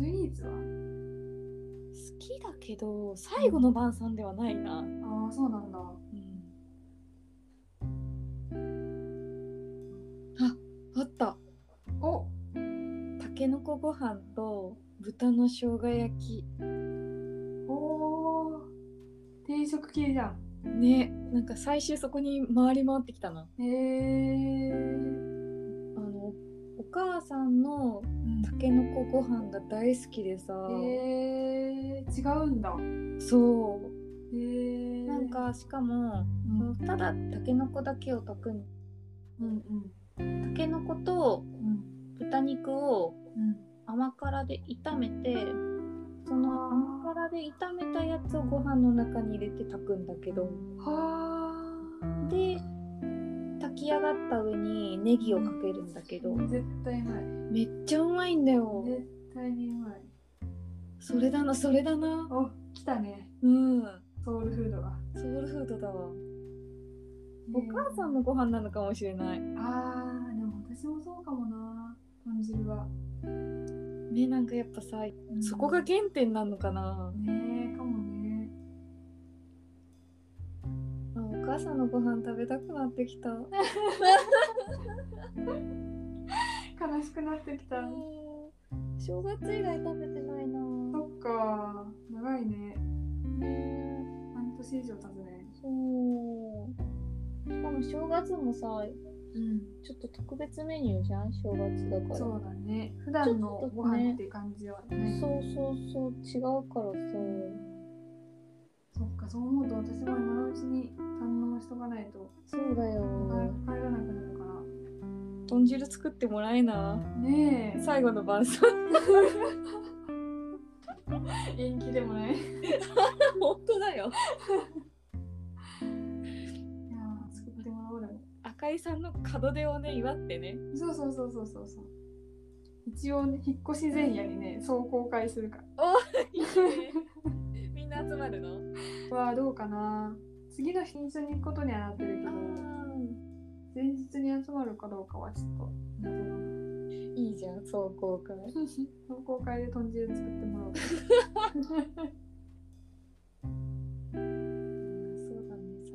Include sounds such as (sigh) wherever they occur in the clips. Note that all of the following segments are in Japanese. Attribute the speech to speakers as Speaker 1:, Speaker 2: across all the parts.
Speaker 1: リーズは
Speaker 2: きだけど最後の晩餐ではないな、うん
Speaker 1: ああそうなんだ
Speaker 2: ああった
Speaker 1: お
Speaker 2: たけのこご飯と豚の生姜焼き
Speaker 1: おー定食系じゃん
Speaker 2: ねなんか最終そこに回り回ってきたな
Speaker 1: へえー
Speaker 2: あのお母さんの
Speaker 1: うん
Speaker 2: たけのこご飯が大好きでさ、
Speaker 1: へえー、違うんだ
Speaker 2: そう
Speaker 1: へえー、
Speaker 2: なん、かしかも、
Speaker 1: うん、
Speaker 2: ただたけのこだけを炊くん
Speaker 1: うん
Speaker 2: たけのこと
Speaker 1: うんうん
Speaker 2: 豚肉を
Speaker 1: うん
Speaker 2: 甘辛で炒めてその甘辛で炒めたやつをご飯の中に入れて炊くんだけど
Speaker 1: はあ
Speaker 2: で炊き上がった上にネギをかけるんだけど
Speaker 1: 絶対うまい
Speaker 2: めっちゃうまいんだよ
Speaker 1: 絶対にうまい
Speaker 2: それだなそれだな
Speaker 1: お来たね
Speaker 2: うん
Speaker 1: ソウルフードが
Speaker 2: ソウルフードだわお母さんのご飯なのかもしれない
Speaker 1: あーでも私もそうかもな豚汁は、
Speaker 2: ねなんかやっぱさそこが
Speaker 1: ね
Speaker 2: 原点なのかな
Speaker 1: えかもね
Speaker 2: あお母さんのご飯食べたくなってき (laughs) た
Speaker 1: 悲しくなってきた
Speaker 2: うん正月以来食べてないな
Speaker 1: そっか長いね半年以上経つね
Speaker 2: そうしかも正月もさ
Speaker 1: うん
Speaker 2: ちょっと特別メニューじゃん正月だから
Speaker 1: そ
Speaker 2: そう
Speaker 1: うだね普段の
Speaker 2: ちょっとね
Speaker 1: ご飯って感じはね
Speaker 2: そうそう違うからさ
Speaker 1: そっかそう思うと私も今のうちに堪能しとかないと
Speaker 2: そうだよ
Speaker 1: なかなか帰らなくなるか
Speaker 2: 豚汁作ってもらえな
Speaker 1: らねえ
Speaker 2: 最後の晩餐
Speaker 1: 延期でもないいや
Speaker 2: 本当だよ
Speaker 1: ー作ってもらおうでも
Speaker 2: 赤井さんの門出をね祝って (laughs) ね
Speaker 1: そうそうそうそうそうそう一応ね引っ越し前夜にねそう公開するから
Speaker 2: みんな集まるの
Speaker 1: はどうかな次の日に一緒に行くことにはなってるけど前日に集まるかどうかはちょっと謎の
Speaker 2: いいじゃん壮行会
Speaker 1: 同好会で豚汁作ってもらおうか
Speaker 2: そうだね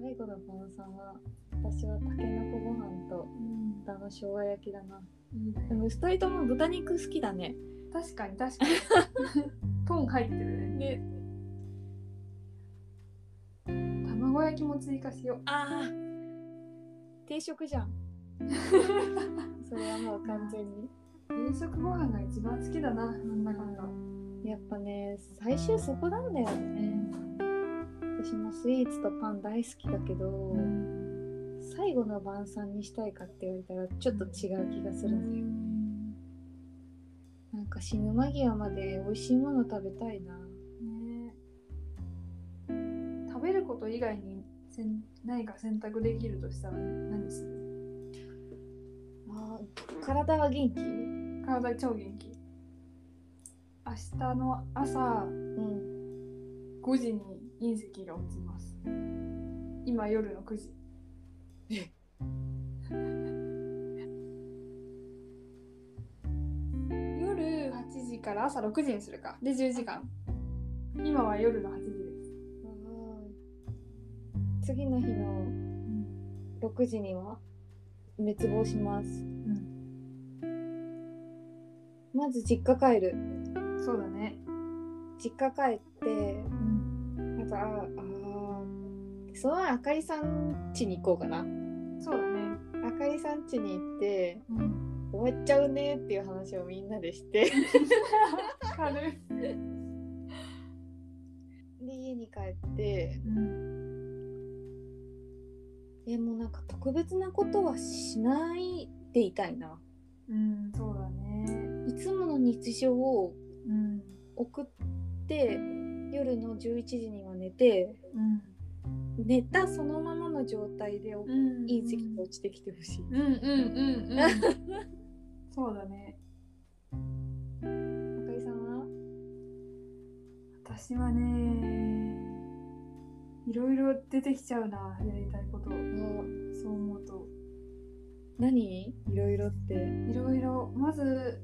Speaker 2: 最後の晩餐は私はたけのこご飯と
Speaker 1: うん
Speaker 2: 豚の生姜焼きだない
Speaker 1: いね
Speaker 2: でも2人とも豚肉好きだね
Speaker 1: 確かに確かにトン入ってるね
Speaker 2: ね
Speaker 1: 卵焼きも追加しよ
Speaker 2: ああ定食 (laughs) じゃんそれはもう完全に
Speaker 1: う夕食ご飯が一番好きだななんだかんだ
Speaker 2: やっぱね最終そこなんだよね私もスイーツとパン大好きだけど
Speaker 1: うん
Speaker 2: 最後の晩餐にしたいかって言われたらちょっと違う気がするんだよなんか死ぬ間際まで美味しいもの食べたいな
Speaker 1: ね食べること以外にせん何か選択できるとしたら何する
Speaker 2: あー体は元気う
Speaker 1: 体超元気明日の朝
Speaker 2: ん
Speaker 1: 5時に隕石が落ちます今夜の9時 (laughs) 夜8時から朝6時にするかで10時間今は夜の8時です、
Speaker 2: 次の日の
Speaker 1: うん、
Speaker 2: 6時には滅亡します、まず実家帰る
Speaker 1: そうだね、
Speaker 2: 実家帰って
Speaker 1: うん、
Speaker 2: やっぱあーあーそのあかりさん家に行こうかな
Speaker 1: そうだね、
Speaker 2: あかりさん家に行って
Speaker 1: うん、
Speaker 2: 終わっちゃうねっていう話をみんなでして
Speaker 1: (laughs) 軽い、
Speaker 2: で家に帰って
Speaker 1: うん、
Speaker 2: えもうなんか特別なことはしないでいたいな
Speaker 1: うんそうだね
Speaker 2: いつもの日常を
Speaker 1: うん
Speaker 2: 送って夜の11時には寝て
Speaker 1: うん
Speaker 2: 寝たそのままの状態で
Speaker 1: うんうん
Speaker 2: 隕石が落ちてきてほしい。
Speaker 1: うんうんうんうんそうだね
Speaker 2: あかりさんは
Speaker 1: 私はねいろいろ出てきちゃうなやりたいことそう思うと
Speaker 2: 何いろいろって。
Speaker 1: いろいろまず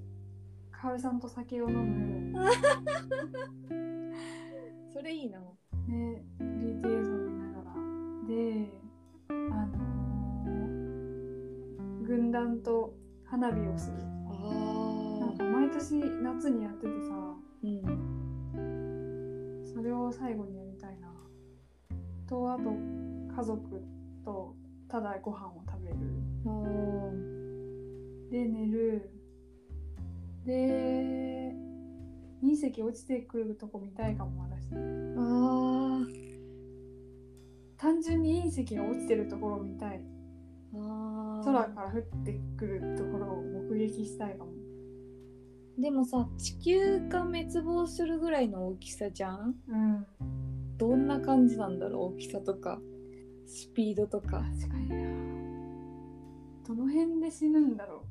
Speaker 1: かおりさんと酒を飲む、
Speaker 2: それいいな。
Speaker 1: ね、BTS を見ながらであのー軍団と花火をする
Speaker 2: あ
Speaker 1: なん
Speaker 2: あ
Speaker 1: か。毎年夏にやっててさ
Speaker 2: うん。
Speaker 1: それを最後にやりたいなとあと家族とただご飯を食べる
Speaker 2: あー
Speaker 1: で寝るで隕石落ちてくるとこ見たいかも私
Speaker 2: あー。
Speaker 1: 単純に隕石が落ちてるところを見たい
Speaker 2: ああ。
Speaker 1: 空から降ってくるところを目撃したいかも
Speaker 2: でもさ、地球が滅亡するぐらいの大きさじゃん。
Speaker 1: うん
Speaker 2: どんな感じなんだろう、大きさとか。スピードとか。
Speaker 1: 確かになどの辺で死ぬんだろ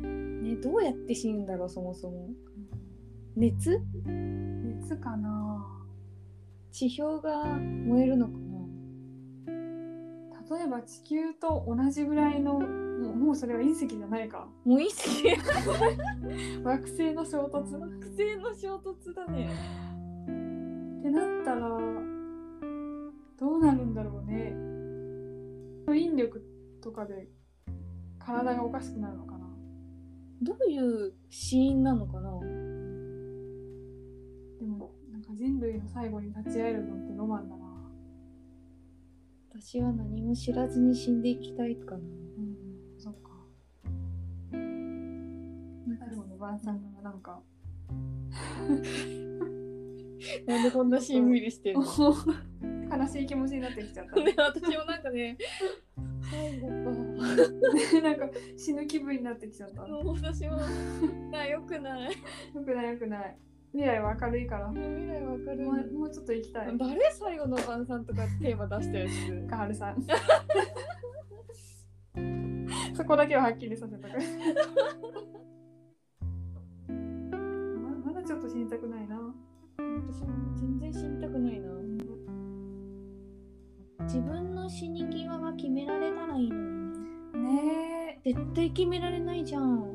Speaker 2: ね、どうやって死ぬんだろう、そもそも。
Speaker 1: う
Speaker 2: 熱。
Speaker 1: 熱かな
Speaker 2: 地表が燃えるのかな。
Speaker 1: 例えば地球と同じぐらいのもうもうそれは隕石じゃないか
Speaker 2: もういいっすね。
Speaker 1: 惑星の衝突っ
Speaker 2: 惑星の衝突だね。
Speaker 1: てなったらどうなるんだろうね引力とかで体がおかしくなるのかな
Speaker 2: どういう死因なのかな。
Speaker 1: でもなんか人類の最後に立ち会えるのってロマンだな
Speaker 2: 私は何も知らずに死んでいきたいかな。
Speaker 1: うんそっか最後の晩餐がなんか (laughs)
Speaker 2: なんでこんなしんみりしてるの
Speaker 1: 悲しい気持ちになってきちゃった、 (laughs)
Speaker 2: (laughs) ね私もなんかね、最後か。
Speaker 1: ね、なんか死ぬ気分になってきちゃったよ
Speaker 2: もう私も、な、よくない。
Speaker 1: くないよくない未来は明るいからも
Speaker 2: 未来わかる。
Speaker 1: うもうちょっと行きたい
Speaker 2: バレ最後の晩餐とかテーマ出したやつ。
Speaker 1: かはるさん (laughs) そこだけははっきりさせたからままだちょっと死にたくないな
Speaker 2: 私も全然死にたくないな。自分の死に際が決められたらいいのにね。
Speaker 1: ねえ
Speaker 2: 絶対決められないじゃん。